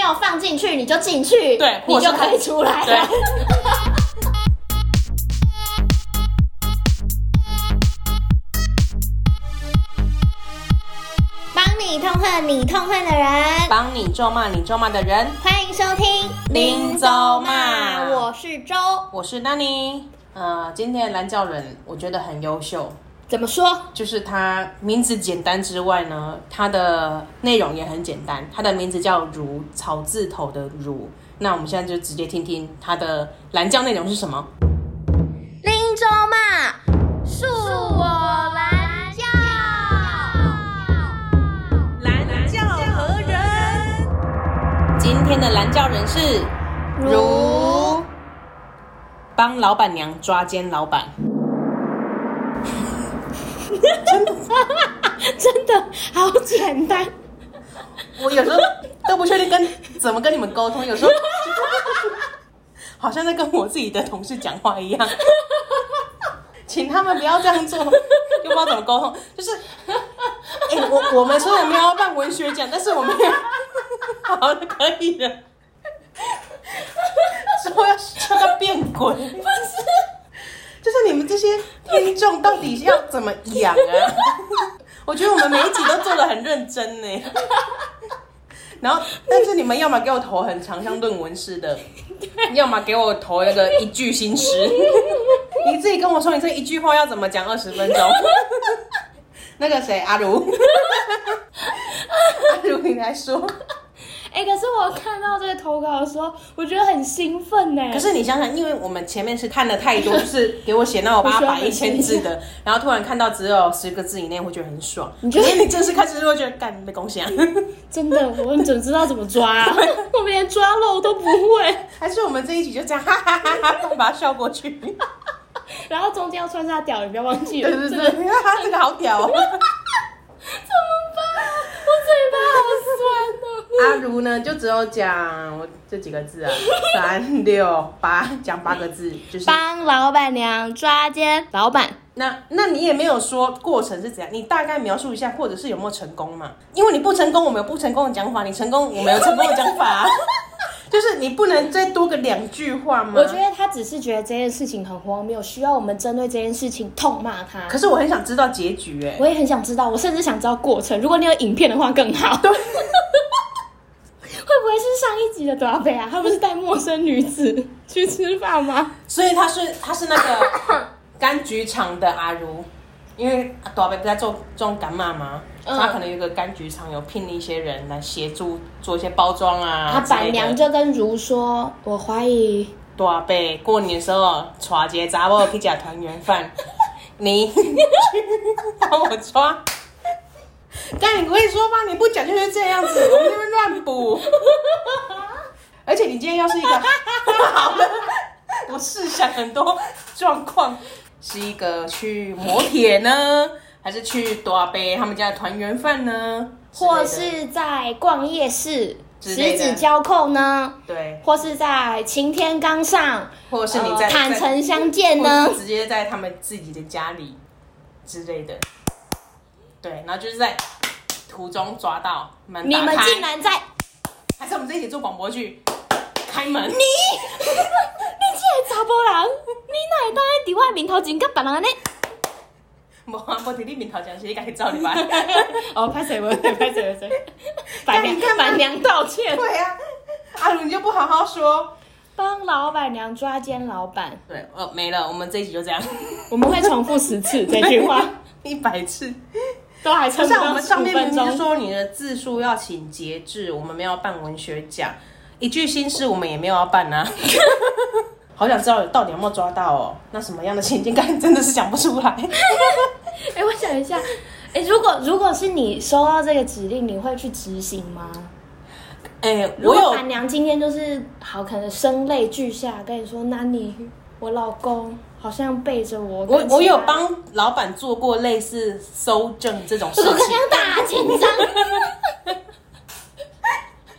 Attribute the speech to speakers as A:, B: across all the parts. A: 要放进去，你就进去，
B: 对
A: 你就可以出来
B: 对
A: 了。 帮你痛恨你痛恨的人。
B: 帮你咒骂你咒骂的人，
A: 欢迎收听《
B: 林州骂
A: 我是周。
B: 我是丹尼。呃，今天的蓝教人我觉得很优秀，
A: 怎么说？
B: 就是他名字简单之外呢，他的内容也很简单。他的名字叫如草字头的如。那我们现在就直接听听他的蓝教内容是什么。
A: 林州骂，恕我蓝教。
B: 蓝教何人？今天的蓝教人是
A: 如
B: 帮老板娘抓奸老板。
A: 真的好简单，
B: 我有时候都不确定跟怎么跟你们沟通，有时候好像在跟我自己的同事讲话一样，请他们不要这样 做，又不知道怎么沟通。就是，哎、我我们虽然没有要办文学奖，但是我们也 好的可以了，说要叫他变鬼，不是。就是你们这些听众到底要怎么养啊？我觉得我们每一集都做的很认真呢。然后，但是你们要么给我投很长，像论文似 的；要么给我投那个一句新诗。 你自己跟我说，你这一句话要怎么讲二十分钟？ 那个谁，阿如， 阿如，你来 说。
C: 哎、可是我看到这个投稿的时候，我觉得很兴奋呢。
B: 可是你想想，因为我们前面是看了太 多，就是给我写那种八百、一千字的，然后突然看到只有十个字以内，会觉得很爽。你觉得你正式开始就会觉得干被恭喜啊？
C: 真的，我怎么知道怎么抓、啊？ 我连抓漏都不会。
B: 还是我们这一集就这样哈哈哈哈把它笑过去？
C: 然后中间要穿插屌，你不要忘记了。
B: 对对对，哈 这个好屌
C: 我
B: 哦！
C: 嘴巴好酸哦、
B: 阿如呢，就只有讲我这几个字啊，三六八，讲八个字，就是
A: 帮老板娘抓奸老板。
B: 那那你也没有说过程是怎样，你大概描述一下，或者是有没有成功嘛？因为你不成功，我们有不成功的讲法；你成功，我们有成功的讲法、啊 就是你不能再多个两句话吗？
C: 我觉得他只是觉得这件事情很荒谬，需要我们针对这件事情痛骂他。
B: 可是我很想知道结局哎、
C: 我也很想知道，我甚至想知道过程。如果你有影片的话更好。
B: 对，
C: 会不会是上一集的朵拉贝啊？他不是带陌生女子去吃饭吗？
B: 所以他是他是那 个柑橘厂的阿如，因为大伯不在做种干妈吗？
C: 嗯
B: 他可能有一个柑橘厂有聘一些人来协助做一些包装啊。
C: 他
B: 之
C: 板
B: 类的
C: 娘就跟如说：“我怀疑
B: 大伯过年的时候，抓一个查某去吃团圆 饭，你帮我抓。但你可以说吧，你不讲就是这样子，我们这边乱补。而且你今天要是一个 好了，我试想很多状况，是一个去磨铁呢，还是去大伯他们家的团圆饭呢，之类的
C: 或是在逛夜市，
B: 之
C: 十
B: 类的
C: 指交扣呢，
B: 对，
C: 或是在晴天岗上，
B: 或者是你
C: 呃
B: 在
C: 坦
B: 在
C: 诚相见
B: 或
C: 呢
B: 者？是直接在他们自己的家里之类的。对，然后就是在途中抓到门
C: 你
B: 打
C: 们
B: 开，
C: 竟然 在，你
B: 还是我们这一起做广播剧，开门。你
C: 竟然查甫人，你哪会当在伫我的面头前甲别人呢？
B: 无啊，无伫你面头前，是你家己走入来。
C: 哦，拍谁？我拍谁？拍谁？板
B: 干你
C: 娘，
B: 干嘛
C: 板娘道歉，
B: 对啊，阿鲁你就不好好说。
C: 帮老板娘抓奸老板。
B: 对，呃，没了，我们这一集就这样，
C: 我们会重复十次这句话，
B: 一百次。
C: 都还撑
B: 不啊
C: 不到
B: 像我们
C: 十
B: 上
C: 五
B: 面明
C: 分
B: 明就
C: 钟。
B: 说你的字数要请节制，我们没有办文学奖，一句新诗我们也没有要办 啊。好想知道到底有没有抓到哦？那什么样的情境感真的是讲不出来？
C: 哎，我想一下，哎，如果如果是你收到这个指令，你会去执行吗？
B: 哎、
C: 如
B: 我
C: 果
B: 有
C: 板娘今天就是好，可能声泪俱下跟你说，那你我老公好像背着我，
B: 我
C: 跟其他
B: 我有，帮老板做过类似搜证这种事
C: 我刚
B: 情，
C: 刚大紧张，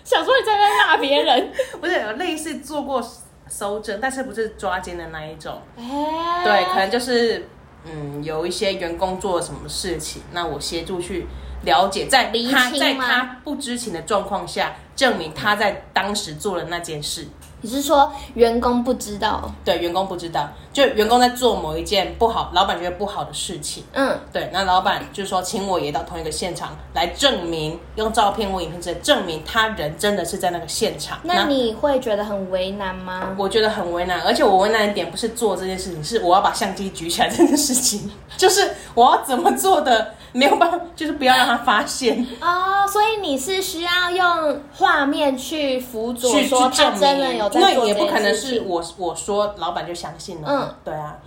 C: 想说你在那骂别人，
B: 不是有类似做过搜证，但是不是抓奸的那一种。
C: 哎，
B: 对，可能就是嗯，有一些员工做了什么事情，那我协助去了解，在
A: 厘
B: 他
A: 清
B: 在
A: 吗
B: 他不知情的状况下，证明他在当时做了那件事。
A: 你是说员工不知道？
B: 对，员工不知道，就员工在做某一件不好，老板觉得不好的事情。
A: 嗯，
B: 对，那老板就说请我也到同一个现场来证明，用照片或影片之类证明他人真的是在那个现场。
C: 那你会觉得很为难吗？
B: 我觉得很为难，而且我为难的点不是做这件事情，是我要把相机举起来这件事情， 就是我要怎么做的没有办法，就是不要让他 发现。
C: 哦，所以你是需要用画面去辅佐
B: 去，
C: 说
B: 去
C: 他
B: 证
C: 真的
B: 明
C: 有，在做
B: 那也
C: 这
B: 不
C: 件
B: 可能
C: 事
B: 是
C: 情
B: 我我说老板就相信了，
C: 嗯，
B: 对啊，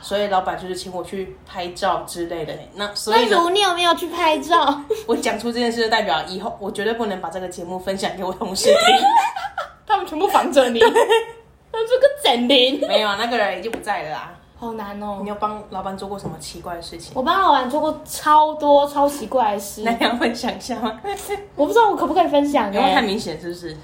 B: 所以老板就是请我去拍照之类的。那所以
C: 那
B: 呢
C: 如你有没有去拍照？
B: 我讲出这件事，就代表以后我绝对不能把这个节目分享给我 同事听。
C: 他们全部防着你，他这个整零，
B: 没有啊，那个人已经不在了啦。
C: 好难
B: 你
C: 哦。
B: 有帮老板做过什么奇怪的事 情？
C: 我帮老板做过超多超奇怪的事，
B: 那你要分享一下 吗？
C: 我不知道我可不可以分享
B: 因为太
C: 哎、
B: 明显是不是？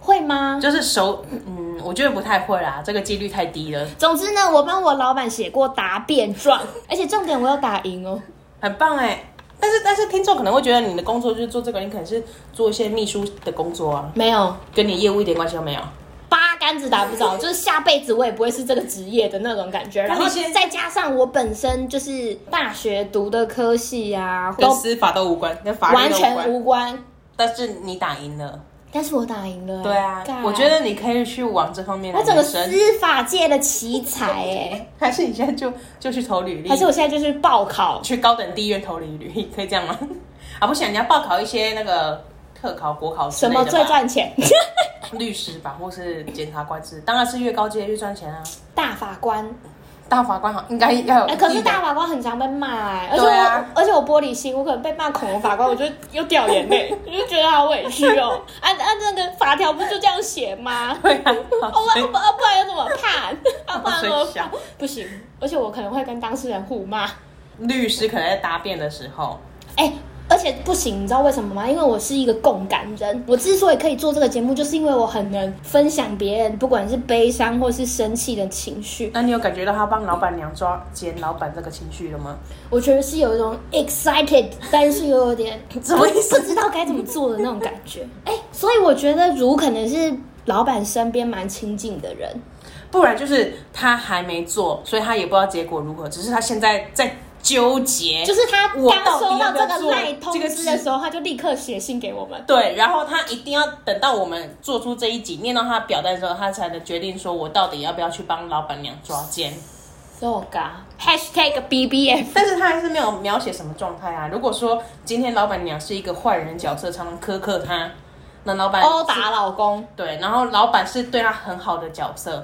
C: 会吗？
B: 就是手，嗯，我觉得不太会啦，这个几率太低了。
C: 总之呢，我帮我老板写过答辩状，而且重点我有打赢哦。
B: 很棒哎、但是但是听众可能会觉得你的工作就是做这个，你可能是做一些秘书的工作啊，
C: 没有，
B: 跟你业务一点关系都没有。
C: 八竿子打不着，就是下辈子我也不会是这个职业的那种感觉。然
B: 那
C: 后
B: 你现
C: 再加上我本身就是大学读的科系呀、啊，
B: 跟
C: 都
B: 司法都无关，跟法律
C: 完
B: 都
C: 全
B: 无关。
C: 无关。
B: 但是你打赢了，
C: 但是我打赢了、欸
B: 对啊
C: 干，
B: 我觉得你可以去往这方面来
C: 我整个
B: 延伸。
C: 司法界的奇才 哎、
B: 还是你现在就就去投履历？
C: 还是我现在就是报考？
B: 去高等地院投履历？可以这样吗？啊，不行，你要报考一些那个特考、国考之
C: 什
B: 类
C: 么
B: 的
C: 最
B: 吧？
C: 赚钱？
B: 律师吧，或是检察官之，当然是越高阶越赚钱啊。
C: 大法官。
B: 哦大法官好，应该要有、
C: 哎、可是大法官很常被骂哎、而且我、
B: 对啊
C: 而且我玻璃心，我可能被骂恐龙法官，我就又掉眼泪， 我就觉得好委屈哦。啊啊，那个法条不就这样写吗？
B: 对啊，
C: 哦，
B: 好
C: 我
B: 所以
C: 要不要不然要怎么 判？啊，不然怎么
B: 好水
C: 判
B: 小？
C: 不行，而且我可能会跟当事人互骂。
B: 律师可能在答辩的时候，
C: 哎、而且不行，你知道为什么吗？因为我是一个共感人，我之所以可以做这个节目，就是因为我很能分享别人，不管是悲伤或是生气的情绪，
B: 那你有感觉到他帮老板娘抓奸老板这个情绪了吗？
C: 我觉得是有一种 excited，但是又有点
B: 什么意思
C: 不知道该怎么做的那种感觉。哎、所以我觉得如可能是老板身边蛮亲近的人，
B: 不然就是他还没做，所以他也不知道结果如何，只是他现在在纠结，
C: 就是他
B: 哎我
C: 刚
B: 到底
C: 收到
B: 要不要
C: 这个
B: 做
C: 赖通
B: 这个
C: 知的
B: 事
C: 时候，他就立刻写信给我们。
B: 对，然后他一定要等到我们做出这一集念到他的表单的时候，他才能决定说我到底要不要去帮老板娘抓奸。
C: So ga hashtag BBF。
B: 但是他还是没有描写什么状态啊。如果说今天老板娘是一个坏人角色，常常苛刻他，那老板
C: 殴打老公，
B: 对，然后老板是对他很好的角 色，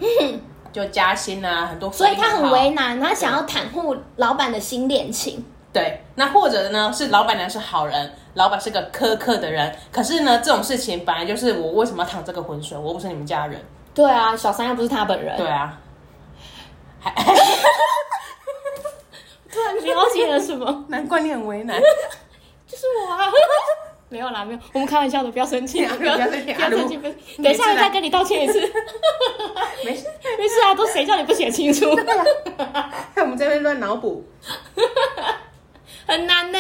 B: 就加薪啊，很多福
C: 所
B: 利
C: 以
B: 好，
C: 他很为难，他想要袒护老板的新恋情。
B: 对，那或者呢是老板娘是好人，老板是个苛刻的人，可是呢这种事情本来就是我为什么要淌这个浑水，我不是你们家人，
C: 对啊，小三又不是他本人。
B: 对，啊，还
C: 突然了解了什么？
B: 难怪你很为难，
C: 就是我啊。 没有啦，没有，我们开玩笑的，不要生气，
B: 不
C: 不
B: 要
C: 要
B: 生气
C: 不要生气，
B: 阿鲁
C: 不要等一下
B: 每次来
C: 再跟你道歉一次。
B: 没事，
C: 没事啊，都谁叫你不写清楚？
B: 看我们这边乱脑补
C: 很难呢、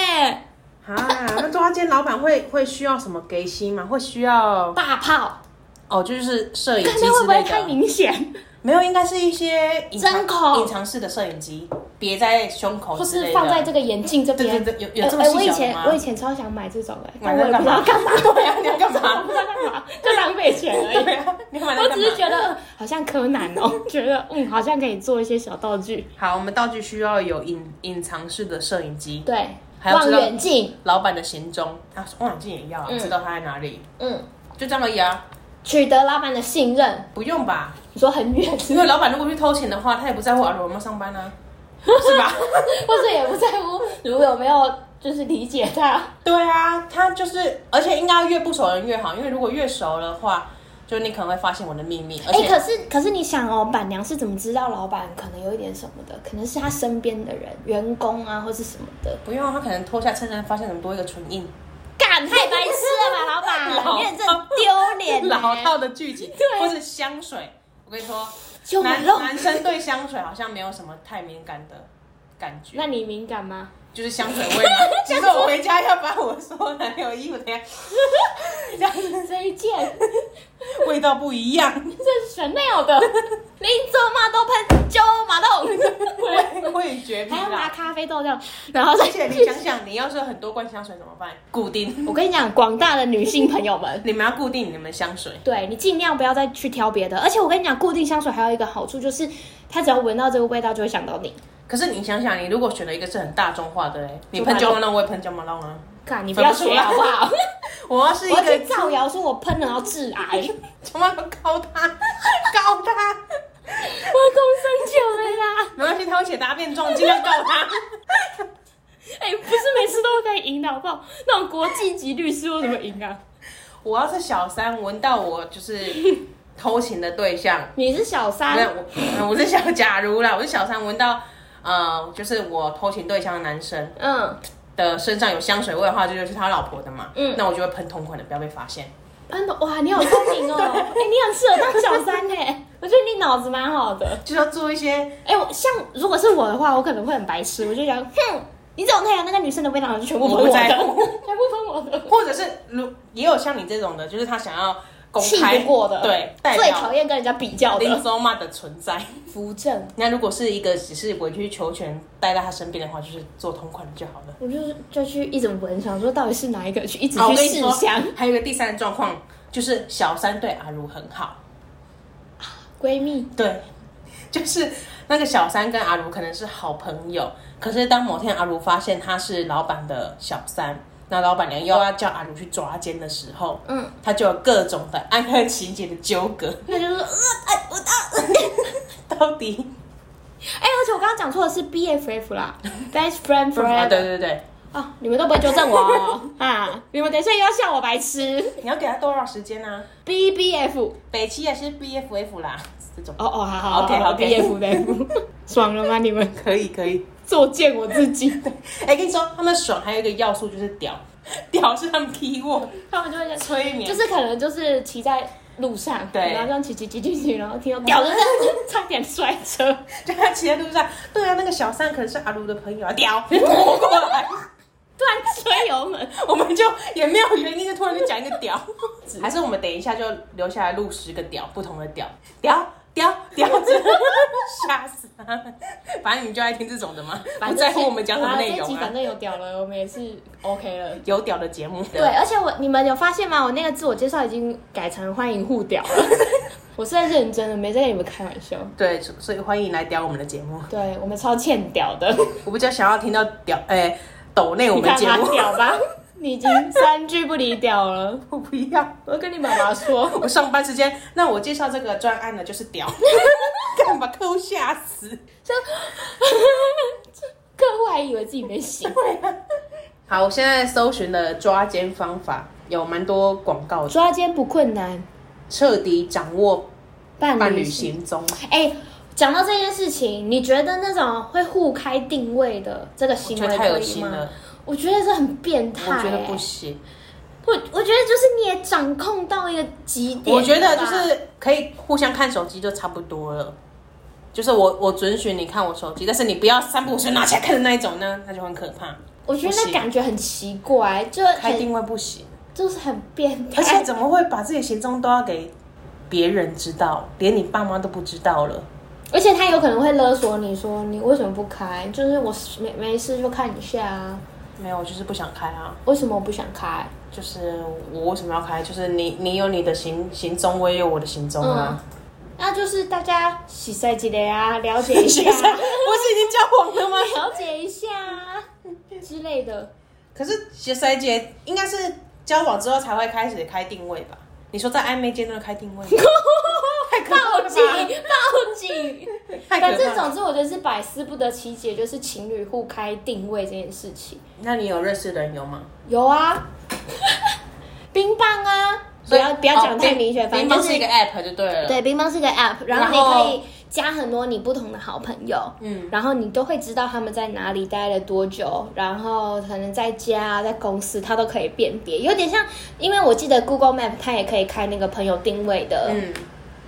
B: 啊，那抓奸老板会会需要什么给薪吗？会需要
C: 大炮，
B: 哦，就是摄影机
C: 看
B: 之
C: 那会不
B: 类
C: 会太
B: 的。
C: 明显？
B: 没有，应该是一些隐藏
C: 针孔
B: 隐藏式的摄影机，别在胸口
C: 或
B: 哦之类
C: 是
B: 的
C: 放在这个眼镜这
B: 对
C: 边？
B: 对对，有有这么
C: 哎
B: 细
C: 我以
B: 小的
C: 前
B: 吗？
C: 我以前超想买这种哎、
B: 买
C: 但
B: 那
C: 我也不知道干嘛，
B: 对啊，你要干
C: 我
B: 嘛
C: 不？知道干嘛，就浪费钱而已。
B: 对啊， 你要买来
C: 我
B: 干
C: 只是
B: 嘛？
C: 觉得呃好像柯南哦， 觉得嗯，好像可以做一些小道具。
B: 好，我们道具需要有隐隐藏式的摄影机，
C: 对，
B: 还要
C: 望
B: 知道
C: 远镜，
B: 老板的行踪，啊，望远镜也要啊，
C: 嗯
B: 知道他在哪里，
C: 嗯，
B: 就这样而已啊，
C: 取得老板的信任。
B: 不用吧？
C: 你说很 远，
B: 因为老板如果去偷钱的话，他也不在乎阿罗有没有上班啊，是 吧？
C: 或者也不在乎如果有没有就是理解他。
B: 对啊，他就是，而且应该越不熟的人越好，因为如果越熟的话，就你可能会发现我的秘密，而
C: 哎、
B: 且
C: 可是可是你想哦，板娘是怎么知道老板可能有一点什么的？可能是他身边的人、员工啊，或是什么的。
B: 不用，啊他可能脱下衬衫，发现怎么多一个唇印，
C: 干，太白痴了吧，老
B: 老
C: 板，你很这丢脸、欸。
B: 老套的剧情，
C: 对
B: 或是香水。我跟你说，
C: 就买
B: 男
C: 肉，
B: 男生对香水好像没有什么太敏感的感觉。
C: 那你敏感吗？
B: 就是香水味嘛。其实我回家要把我说男友衣服等一下，这样子
C: 这一件
B: 味道不一样，
C: 这是 Chanel 的，
A: 临走马豆喷九马豆，
B: 味觉疲
C: 还要拿
B: 劳。
C: 咖啡豆这样，然后再
B: 而且你想想，你要是有很多罐香水怎么办？固定，
C: 我跟你讲，广大的女性朋友们，
B: 你们要固定你们香水。
C: 对你尽量不要再去挑别的。而且我跟你讲，固定香水还有一个好处就是，它只要闻到这个味道就会想到你。
B: 可是你想想，你如果选了一个是很大众化的嘞，你喷 Jo Malone，我也喷 Jo Malone 啊。
C: 看，你不要学好不好？
B: 我啊要是一
C: 我要
B: 个
C: 去造谣说我喷了然后致癌，我要
B: 他妈高他，高他，
C: 共生球了啦！
B: 没关系，他会写答辩状，尽量告他。
C: 哎、不是每次都可以赢的好不好？那种国际级律师我怎么赢啊？
B: 我要是小三闻到我就是 偷情的对象，
C: 你是小
B: 没有
C: 三，
B: 我呃，我是小， 假如啦，我是小三闻到呃，就是我偷情对象的男生
C: 嗯，
B: 的身上有香水味的话，这就是他老婆的嘛。
C: 嗯
B: 那我就会喷同款的，不要被发现。
C: 喷的哇，你好聪明哦！哎、你很适合当小三呢、我觉得你脑子蛮好的。
B: 就是要做一些
C: 哎、我像如果是我的话，我可能会很白痴，我就想，哼，你怎么可以有那个女生的味道，然后就全部
B: 我
C: 喷我的，
B: 不在
C: 全部
B: 乎，
C: 喷我的。
B: 或者是如也有像你这种的，就是他想要公
C: 气
B: 开
C: 不过的，
B: 对，代
C: 最
B: 表
C: 讨厌跟人家比较
B: 林
C: 的
B: 州骂的存在。
C: 扶正。
B: 那如果是一个只是委曲求全待在他身边的话，就是做同款的就好了。
C: 我就是就去一直闻，想说到底是哪一个，去一直
B: 啊
C: 去
B: 我跟你
C: 试
B: 说
C: 香。，
B: 还有一个第三个状况就是小三对阿如很好，
C: 闺蜜
B: 对， 就是那个小三跟阿如可能是好朋友，可是当某天阿如发现他是老板的小三，那老板娘又要叫阿如去抓奸的时候，嗯，他就有各种的爱恨情节的纠 葛，
C: 那就是呃，哎，我啊，
B: 到底
C: 哎，而且我刚刚讲错的是 B F F 啦，Best Friend
B: 啊，对
C: Forever
B: 对对，
C: 啊，你们都不会纠正我哦啊！你们等一下又要笑我白痴
B: 你要给他多少时间呢、啊？
C: ，B B F
B: 北七也是 B F F 啦，这种
C: 哦哦，好好好
B: OK，OK
C: B F F，爽了吗？你们
B: 可以可以。
C: 作践我自己，
B: 哎、跟你说，他们爽还有一个要素就是屌，屌是他们踢我
C: 他们就会
B: 催眠，
C: 就是可能就是骑在路上，
B: 对
C: 然后这样骑骑骑骑骑，然后听到屌的这样差点摔车。
B: 就他骑在路上，对啊，那个小三可能是阿卢的朋友啊，屌拖过来，
C: 突然吹油门，
B: 我们就也没有原因，就突然就讲一个屌，还是我们等一下就留下来录十个屌，不同的屌，屌屌屌子，吓死他们！反正你们就爱听这种的嘛，不在乎我们讲什么
C: 好啦
B: 内
C: 这
B: 容
C: 集
B: 啊
C: 反，正有屌了，我们也是 OK 了。
B: 有屌的节目，
C: 对，，而且我你们有发现吗？我那个自我介绍已经改成欢迎互屌 了，我是在认真的，没在跟你们开玩笑。
B: 对，所以欢迎来屌我们的节目，
C: 对我们超欠屌 的，
B: 我比较想要听到屌，哎、抖内我
C: 你
B: 们
C: 看
B: 节
C: 他
B: 目，
C: 屌吧，你已经三句不离屌了。
B: 我不要。
C: 我跟你妈妈 说，
B: 我上班时间，那我介绍这个专案呢，就是 屌，干把客户吓死。
C: 客户还以为自己没醒。
B: 好，我现在搜寻了抓奸方法，有蛮多广告的，
C: 抓奸不困难，
B: 彻底掌握
C: 伴
B: 伴
C: 侣
B: 侣
C: 行。
B: 行踪。
C: 哎、讲到这件事情，你觉得那种会互开定位的这个行
B: 我觉
C: 为
B: 得太
C: 可
B: 恶
C: 以
B: 心
C: 吗
B: 了？，
C: 我觉得这很变态、
B: 我觉得不
C: 哎
B: 行。
C: 我我觉得就是你也掌控到一个极点。
B: 我觉得就，是可以互相看手机就差不多了。就是我，我准许你看我手机，但是你不要三不五时拿起来看的那一种呢，那就很可怕。
C: 我觉得
B: 不
C: 那
B: 行
C: 感觉很奇怪，就
B: 开
C: 很
B: 定位不行，
C: 就是很变态。
B: 而且怎么会把自己行踪都要给别人知道，连你爸妈都不知道了？
C: 而且他有可能会勒索你说你为什么不开？就是我没没事就看一下啊，
B: 没有，我就是不想开啊。
C: 为什么我不想开？
B: 就是我为什么要开？就是你，你有你的行行踪，我也有我的行踪啊。
C: 那就是大家洗赛季的啊，了解一下
B: 行，不是已经交往了吗？
C: 了解一下啊之类的。
B: 可是学衰姐应该是交往之后才会开始开定位吧？你说在暧昧阶段开定位， 太可怕
C: 报
B: 了
C: 警！
B: 吧？
C: 报警！
B: 太
C: 反
B: 可
C: 正
B: 怕了。
C: 总之，我觉得是百思不得其解，就是情侣互开定位这件事情。
B: 那你有认识的人有吗？
C: 有 啊，冰棒啊，不
B: 所以
C: 要不要讲太明
B: 哦
C: 显，
B: 冰
C: 反正
B: 冰棒
C: 就是
B: 一个 app 就对了。，
C: 对，冰棒是个 app，然
B: 然后
C: 后你可以加很多你不同的好朋友，
B: 嗯
C: 嗯，然后你都会知道他们在哪里待了多久，然后可能在家、在公司，它都可以辨别，有点像，因为我记得 Google Map 它也可以开那个朋友定位的
B: 嗯，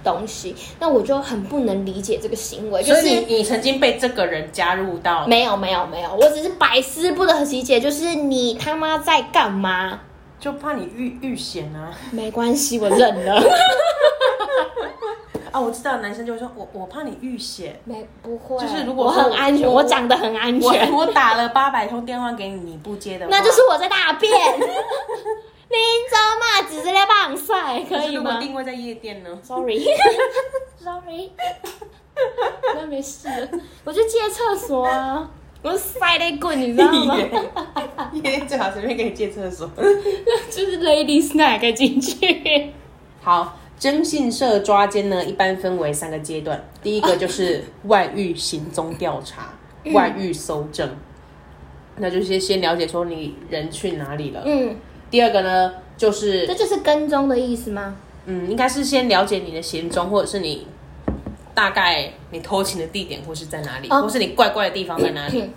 C: 东西，那我就很不能理解这个行为，就
B: 所以
C: 是。
B: 你你曾经被这个人加入到，
C: 没有没有没有，我只是百思不得其解，就是你他妈在干嘛？
B: 就怕你遇遇险啊！
C: 没关系，我认了。
B: 啊，我知道男生就会说，我我怕你遇险。
C: 没不会，
B: 就是如果
C: 我
B: 说
C: 很安全，
B: 我
C: 我长得很安
B: 我
C: 全，
B: 我打了八百通电话给你，你不接的 话，
C: 那就是我在大 便。林州嘛，只是在棒晒，可
B: 可是
C: 以
B: 如果
C: 吗
B: 定位在夜店呢？
C: ？Sorry，Sorry，那没事了，我去借厕所啊，我塞了一棍，你知 道吗？
B: 夜店最好随便给你借厕所。
C: 就是 Ladies Night 进去。
B: 好，征信社抓奸呢，一般分为三个阶段。第一个就是外遇行踪调查、
C: 嗯
B: 外遇搜证，那就是先了解说你人去哪里了。
C: 嗯，
B: 第二个呢，就
C: 这
B: 是
C: 就是跟踪的意思吗？
B: 嗯，应该是先了解你的行踪，或者是你大概你偷情的地点，或是在哪里，
C: 哦
B: 或是你怪怪的地方在哪里。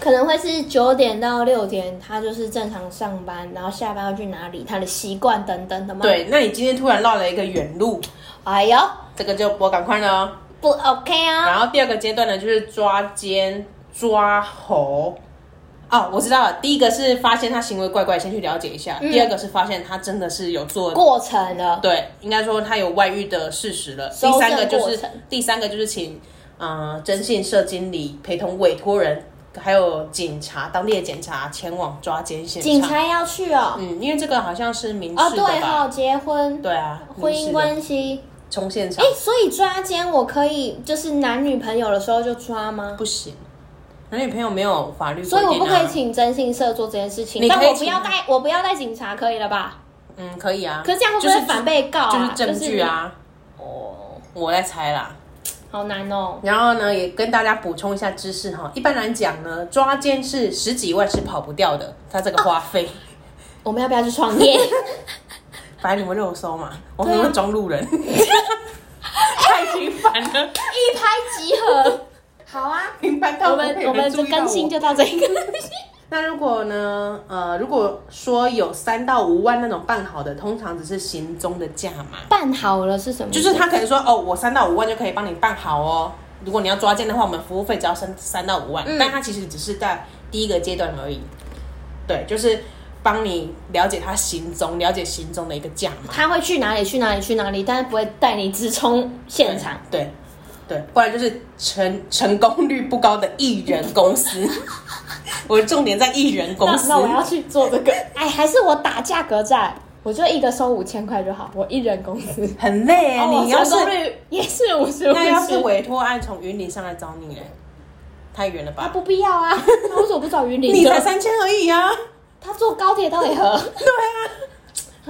C: 可能会是九点到六点，他就是正常上班，然后下班要去哪里，他的习惯等等的吗？，
B: 对，那你今天突然绕了一个远路，
C: 哎呦，
B: 这个就我赶快了哦。
C: 不 OK 啊！
B: 然后第二个阶段呢，就是抓奸、抓猴。哦，我知道了。第一个是发现他行为怪怪，先去了解一下；第二个是发现他真的是有做，
C: 嗯过程了，
B: 对，应该说他有外遇的事实了。
C: 搜
B: 第
C: 证
B: 三个就
C: 过
B: 是
C: 程
B: 第三个就是请呃征信社经理陪同委托人，还有警察当地的警察前往抓奸现
C: 警
B: 场。
C: 察要去哦。
B: 嗯，因为这个好像是民
C: 哦，
B: 事的
C: 对
B: 吧？
C: 哈、结婚、
B: 对啊，
C: 婚
B: 民
C: 姻
B: 事的
C: 关系。
B: 从现场
C: 哎，所以抓奸我可以就是男女朋友的时候就抓吗？
B: 不行，男女朋友没有法律规定
C: 所以
B: 啊，
C: 我不可以请征信社做这件事情
B: 你，可以
C: 但我不
B: 请
C: 要
B: 他
C: 带我不要带警察，可以了吧？
B: 嗯，可以啊。
C: 可是这样会不会反被告
B: 就
C: 啊？
B: 是证据！啊？
C: 哦，
B: 我在猜啦。
C: 好难哦。
B: 然后呢，也跟大家补充一下知识哈。一般来讲呢，抓奸是十几万是跑不掉的，它这个花费。
C: 啊我们要不要去创 业？
B: 反正你们肉搜嘛，我
C: 啊
B: 很会装 路人，太频繁了，
C: 一拍即合。好啊，
B: 频繁到
C: 我们
B: 没有
C: 我们
B: 人注
C: 的
B: 意到
C: 更新就到这个。
B: 那如果呢，呃，如果说有三到五万那种办好的，通常只是行踪的价码。
C: 办好了是什么？
B: 就是他可能说哦，我三到五万就可以帮你办好哦。如果你要抓奸的话，我们服务费只要三三到五万，
C: 嗯
B: 但他其实只是在第一个阶段而已。对，就是帮你了解他行踪，了解行踪的一个价码。
C: 他会去哪里去哪里去哪里，但是不会带你直冲现场。
B: 对对，不然就是成 成功率不高的艺人 公司。我的重点在艺人公
C: 那
B: 司
C: 那。我要去做这个。 哎，还是我打价格战，我就一个收五千块就好，我一人公司。
B: 很累啊！
C: 哦
B: 你要是
C: 成功率也是五十五
B: 那要是
C: 十，
B: 委托案从云林上来找你嘞，太远了
C: 啊
B: 吧？
C: 不必要啊， 那为什么不找云林
B: 你才
C: 的？
B: 三千而已啊！
C: 他坐高铁到底 合
B: 对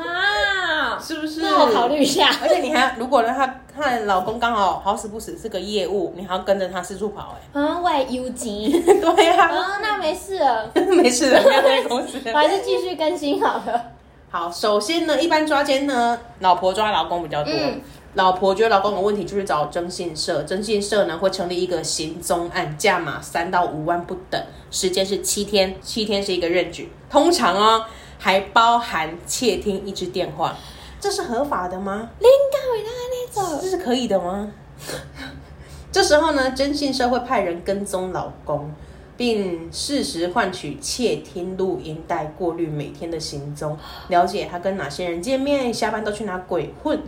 C: 啊
B: 啊，？是不是？
C: 那我考虑一下。
B: 而且你还如果呢，她她的老公刚好好死不死是个业务，你还要跟着他四处跑 哎、
C: 啊，喂，有 钱。
B: 对呀、
C: 啊，那没事了。
B: 没事的，不要在公 司。
C: 我还是继续更新好 了。
B: 好，首先呢，一般抓奸呢，老婆抓老公比较多。
C: 嗯
B: 老婆觉得老公有问题，就是找征信社。征信社呢会成立一个行踪案，价码三到五万不等，时间是七天，七天是一个任举。通常哦，还包含窃听一支电话，这是合法的吗？
C: 林高伟他那种，
B: 这是可以的吗？这时候呢，征信社会派人跟踪老公，并适时换取窃听录音带，过滤每天的行踪，了解他跟哪些人见面，下班都去哪鬼混。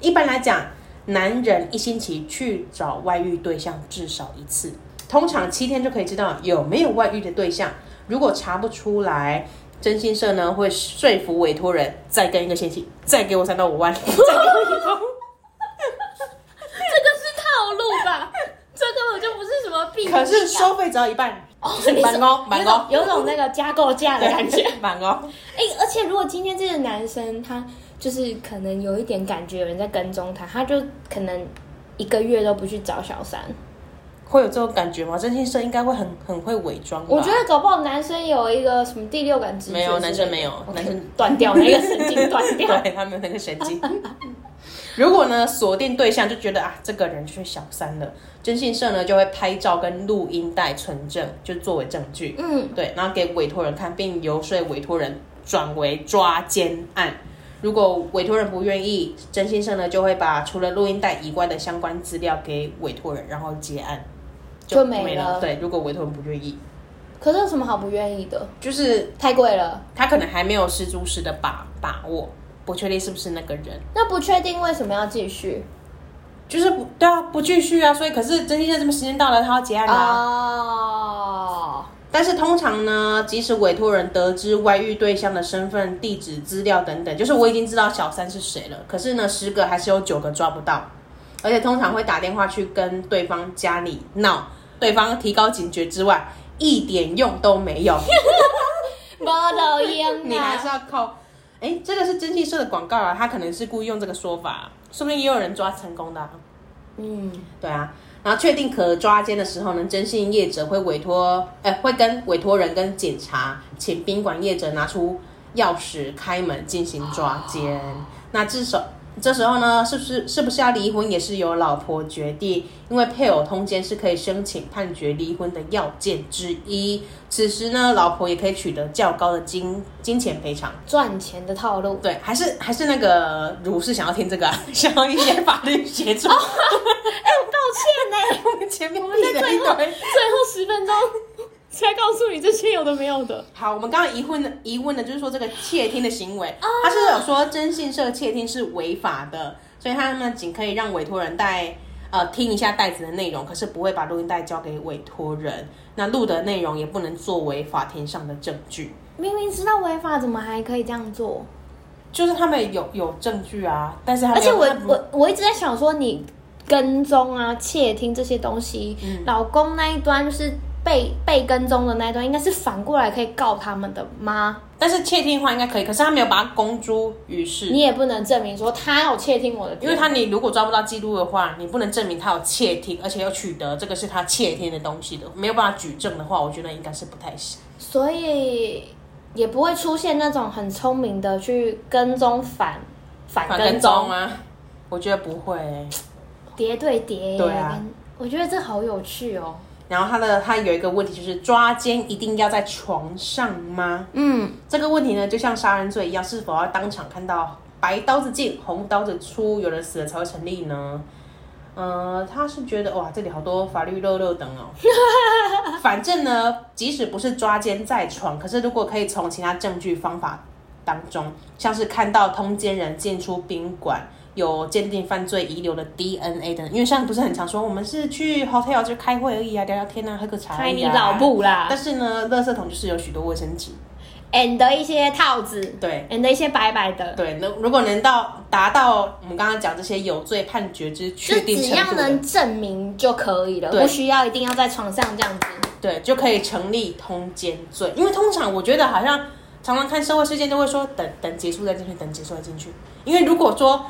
B: 一般来讲，男人一星期去找外遇对象至少一次，通常七天就可以知道有没有外遇的对象。如果查不出来，征信社呢会说服委托人再跟一个星期，再给我三到五万，再给我一万。
C: 这个是套路吧？这根本就不是什么必
B: 可是收费只要一半，
C: 哦
B: 满哦，满哦，
C: 有种那个加购价的感觉。
B: 满哦。
C: 哎、而且如果今天这个男生他就是可能有一点感觉有人在跟踪他，他就可能一个月都不去找小三。
B: 会有这种感觉吗？真心社应该会很很会伪装吧。
C: 我觉得搞不好男生有一个什么第六感直觉之类
B: 没
C: 的，
B: 有男生没有男生
C: 断掉那个神经断掉。
B: 对他们有那个神 经。如果呢锁定对象就觉得啊，这个人是小三了，征信社呢就会拍照跟录音带存证，就作为证据。
C: 嗯，
B: 对，然后给委托人看，并游说委托人转为抓奸案。如果委托人不愿意，征信社呢就会把除了录音带以外的相关资料给委托人，然后结案
C: 就没
B: 没
C: 了
B: 对，如果委托人不愿意，
C: 可是有什么好不愿意的？
B: 就是
C: 太贵了。
B: 他可能还没有十足十的把把握，不确定是不是那个人，
C: 那不确定为什么要继续
B: 就是不对啊，不继续啊。所以可是征信社这么时间到了，他啊要结案啦、
C: 啊 哦，
B: 但是通常呢，即使委托人得知外遇对象的身份、地址、资料等等，就是我已经知道小三是谁了，可是呢，十个还是有九个抓不到，而且通常会打电话去跟对方家里闹，对方提高警觉之外，一点用都没有，
C: 没得用
B: 你还是
C: 啊！
B: 要靠。哎，这个是征信社的广告啊，他可能是故意用这个说法、说不定也有人抓成功的、啊。
C: 嗯，
B: 对啊，然后确定可抓奸的时候呢，征信业者会委托，呃，会跟委托人跟警察，请宾馆业者拿出钥匙开门进行抓奸。那至少这时候呢，是不是是不是要离婚也是由老婆决定，因为配偶通奸是可以申请判决离婚的要件之一。此时呢，老婆也可以取得较高的金金钱赔偿。
C: 赚钱的套路。
B: 对，还是还是那个如是想要听这个、啊， 想要一些法律协助。
C: 哎、我抱歉呢、
B: 我们前面避了一 堆。
C: 最后十 分钟才告诉你这些有的没有的。
B: 好，我们刚刚疑问的疑问的就是说这个窃听的行为，他是有说征信社窃听是违法的，所以他们仅可以让委托人带呃听一下袋子的内容，可是不会把录音带交给委托人。那录的内容也不能作为法庭上的证据，
C: 明明知道违法，怎么还可以这样做？
B: 就是他们有有证据啊，但是他
C: 而
B: 们
C: 且我我我一直在想说，你跟踪啊、窃听这些东西，老公那一端就是被被跟踪的那一端，应该是反过来可以告他们的吗？
B: 但是窃听的话应该可以，可是他没有把它公诸于世
C: 你。也不能证明说他有窃听我的电
B: 因
C: 话，
B: 为他你如果抓不到记录的话，你不能证明他有窃听，而且又取得这个是他窃听的东西的，没有办法举证的话，我觉得应该是不太行。
C: 所以也不会出现那种很聪明的去跟踪反反
B: 反
C: 跟
B: 跟
C: 踪
B: 踪，啊？我觉得不会欸、
C: 叠对叠。
B: 对啊，
C: 我觉得这好有趣哦。
B: 然后他的他有一个问题就是抓奸一定要在床上吗？
C: 嗯，
B: 这个问题呢，就像杀人罪一样，是否要当场看到白刀子进红刀子出，有人死了才会成立呢？呃，他是觉得哇，这里好多法律漏漏等哦。 反正呢，即使不是抓奸在床，可是如果可以从其他证据方法当中，像是看到通奸人进出宾馆。有鉴定犯罪遗留的 DNA 等，因为像不是很常说，我们是去 hotel 就开会而已啊，聊聊天啊，喝个茶、啊。
C: 开你老！布啦
B: 但是呢，垃圾桶就是有许多卫生纸，
C: ，and 一些套子
B: 对，
C: ，and 一些白白的。
B: 对，那如果能到达到我们刚刚讲这些有罪判决之
C: 就
B: 确定
C: 只
B: 程
C: 要
B: 度的，
C: 能证明就可以了，
B: 对
C: 不需要一定要在床上这样子。
B: 对，就可以成立通奸罪。因为通常我觉得好像常常看社会事件都会说等等结束再进去，等结束再进去。因为如果说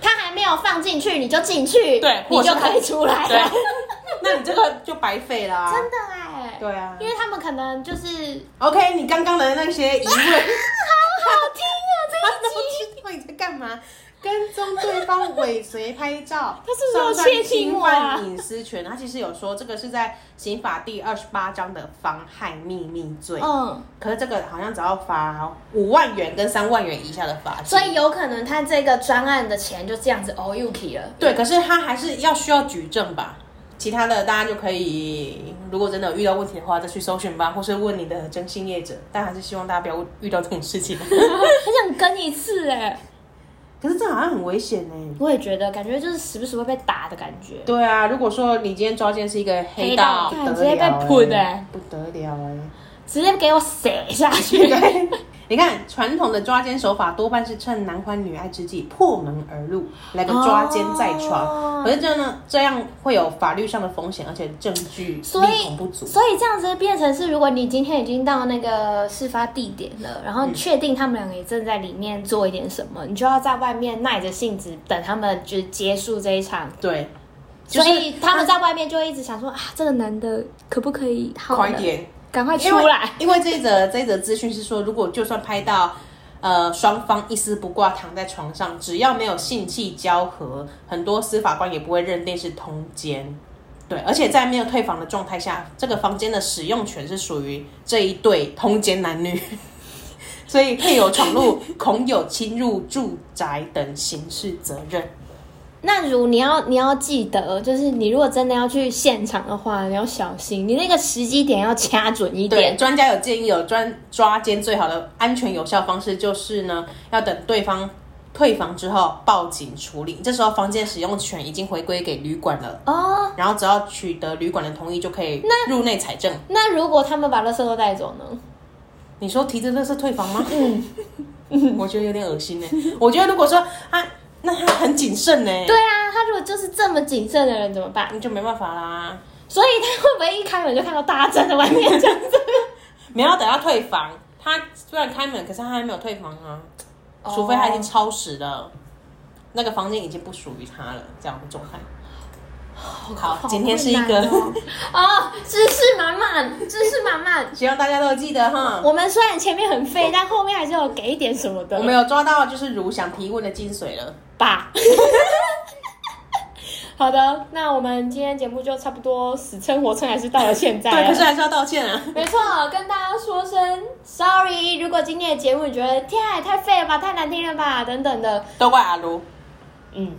C: 他还没有放进去，你就进去，
B: 对
C: 你
B: 或者
C: 就是可以出来
B: 对
C: 了。，
B: 那你这个就白费啦、
C: 真的哎、
B: 对啊
C: 因为他们可能就是好好听
B: OK，你刚刚的那 些疑
C: 啊，
B: 问。他
C: 这一集。
B: 都知道你在干嘛，跟踪对方尾随拍照，
C: 他是不是有窃听我啊
B: 算侵犯隐私权？他其实有说这个是在刑法第二十八章的妨害秘密罪，
C: 嗯，
B: 可是这个好像只要罚五万元跟三万元以下的罚金
C: 所。以有可能他这个专案的钱就这样子 all you k 了。
B: 对，可是他还是要需要举证吧。其他的大家就可以，如果真的有遇到问题的话，再去搜寻吧，或是问你的征信业者。但还是希望大家不要遇到这种事 情。
C: 很想跟一次哎、
B: 可是这好像很危险呢、
C: 我也觉得感觉就是时不时会被打的感觉。
B: 对啊，如果说你今天抓奸是一个黑道，
C: 黑
B: 不
C: 道干
B: 得
C: 直接被
B: 了欸
C: 喷欸
B: 不得了哎、
C: 直接给我塞下 去。
B: 对， 你看传统的抓奸手法多半是趁男欢女爱之际破门而入，来个抓奸在
C: 哦
B: 床。可是这样呢，这样会有法律上的风险，而且证据
C: 所
B: 力
C: 以
B: 孔不，足。
C: 所以这样子变成是，如果你今天已经到那个事发地点了，然后确定他们两个也正在里面做一点什么，你就要在外面耐着性子等他们就是结束这一场。
B: 对，就是
C: 所以他们在外面就会一直想说啊，这个男的可不可以好了
B: 快一，点
C: 赶快
B: 因
C: 出
B: 为
C: 来。
B: 因为这一则这一则资讯是说，如果就算拍到。呃，双方一丝不挂躺在床上，只要没有性器交合，很多司法官也不会认定是通奸。对，而且在没有退房的状态下，这个房间的使用权是属于这一对通奸男女。 所以配偶闯入、恐有侵入住宅等刑事责任。
C: 那如你要你要记得，就是你如果真的要去现场的话，你要小心，你那个时机点要掐准一
B: 对，
C: 点。
B: 专家有建议，有专抓奸最好的安全有效方式就是呢，要等对方退房之后报警处理，这时候房间使用权已经回归给旅馆了。
C: 哦，
B: 然后只要取得旅馆的同意，就可以入内采证。
C: 那如果他们把垃圾都带走呢？
B: 你说提着垃圾退房吗？嗯， 我觉得有点恶心呢。我觉得如果说啊，那他很谨慎呢，
C: 对啊，他如果就是这么谨慎的人怎么办？
B: 你就没办法啦。
C: 所以他会不会一开门就看到大家站在外面这样子？
B: 没有等到退房，他虽然开门，可是他还没有退房啊，
C: 哦
B: 除非他已经超时了，那个房间已经不属于他了，这样的状态。好，今天是一个，
C: 好困难 哦，哦知识满满，知识满满。
B: 希望大家都记得哈。
C: 我们虽然前面很废，但后面还是有给一点什么的。
B: 我们有抓到就是如想提问的精髓了，
C: 吧。 好的，那我们今天节目就差不多死撑活撑，还是到了现在
B: 对，
C: 了
B: 可是还是要道歉啊。
C: 没错，跟大家说声 sorry。如果今天的节目你觉得天啊，也太废了吧，太难听了吧，等等的，
B: 都怪阿卢，
C: 嗯，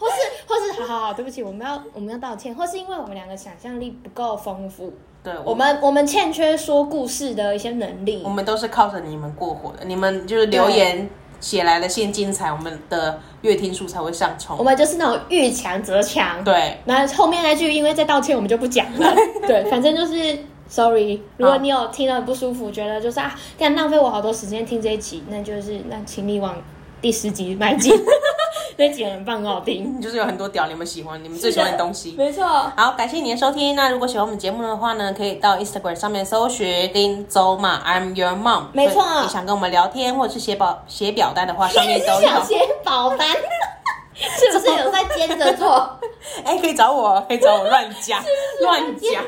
C: 或是或是好好好，对不起，我们要我们要道歉，或是因为我们两个想象力不够丰富，
B: 对
C: 我们我们欠缺说故事的一些能力
B: 我。们都是靠着你们过火的，你们就是留言写来的献精彩，我们的乐听数才会上
C: 我
B: 冲。
C: 们就是那种遇强则强，
B: 对，
C: 那后面那句因为在道歉，我们就不讲了。对，反正就是 sorry。如果你有听到很不舒服，觉得就是啊，这样浪费我好多时间听这一集，那就是那请你往第十集迈进，那集很棒，很好听。
B: 就是有很多屌你们喜欢，你们最喜欢的东西。
C: 没错，
B: 好，感谢你的收听。那如果喜欢我们节目的话呢，可以到 Instagram 上面搜寻林走马 I'm your mom。
C: 没错
B: 对你想跟我们聊天或者是写表写表单的话，上
C: 你
B: 面
C: 是
B: 都
C: 想
B: 有。
C: 写保单，是不是有在接着做？
B: 哎、可以找我，可以找我乱 讲，乱讲。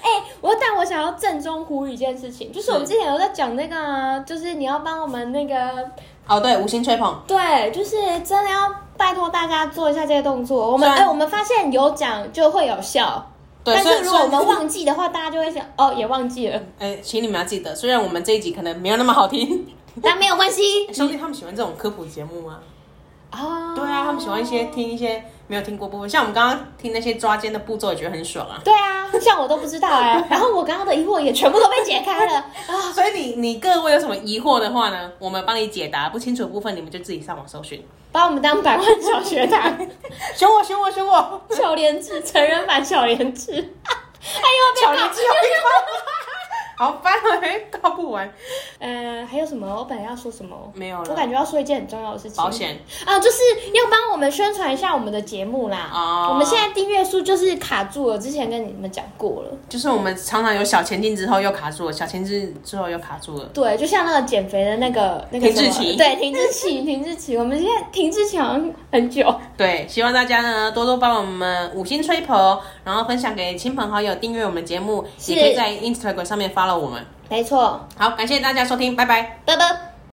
C: 哎、我但我想要郑重呼吁一件事情，就是我们
B: 是
C: 之前有在讲那个啊，就是你要帮我们那个
B: 哦，对，五星吹捧，
C: 对，就是真的要拜托大家做一下这些动作。我们
B: 虽
C: 哎、
B: 然
C: 我们发现有奖就会有效，
B: 对
C: 但
B: 虽
C: 是
B: 然
C: 如果我们
B: 虽然
C: 忘记的话，大家就会想哦，也忘记 了，
B: 哎、请你们要记得，虽然我们这一集可能没有那么好 听，
C: 但没有关系
B: 兄弟他们喜欢这种科普节目吗？
C: 啊。
B: 对啊，他们喜欢一些听一些没有听过部分，像我们刚刚听那些抓奸的步骤，也觉得很爽啊。
C: 对啊，像我都不知道 哎、然后我刚刚的疑惑也全部都被解开了啊。
B: 所以你你各位有什么疑惑的话呢，我们帮你解答，不清楚的部分你们就自己上网搜寻。
C: 把我们当百万小学堂
B: 选我，选我， 选我！
C: 小莲智成人版小莲智， 哎呦，
B: 巧
C: 小
B: 玲
C: 莲
B: 只有一个，好 烦哦，还告不完。
C: 呃，还有什么？我本来要说什么？
B: 没有了
C: 我感觉要说一件很重要的事情。
B: 保险
C: 啊，就是要帮我们宣传一下我们的节目啦。
B: 哦
C: 我们现在订阅数就是卡住了，之前跟你们讲过了。
B: 就是我们常常有小前进之后又卡住了，小前进之后又卡住了。
C: 对，就像那个减肥的那个那个
B: 停滞
C: 什么
B: 期
C: 对，停滞期， 停滞期，我们现在停滞期好像很久。
B: 对，希望大家呢多多帮我们五星吹捧，然后分享给亲朋好友，订阅我们节目，
C: 是
B: 也可以在 Instagram 上面 follow 我们。
C: 没错，
B: 好，感谢大家收听，拜拜。
C: 拜拜。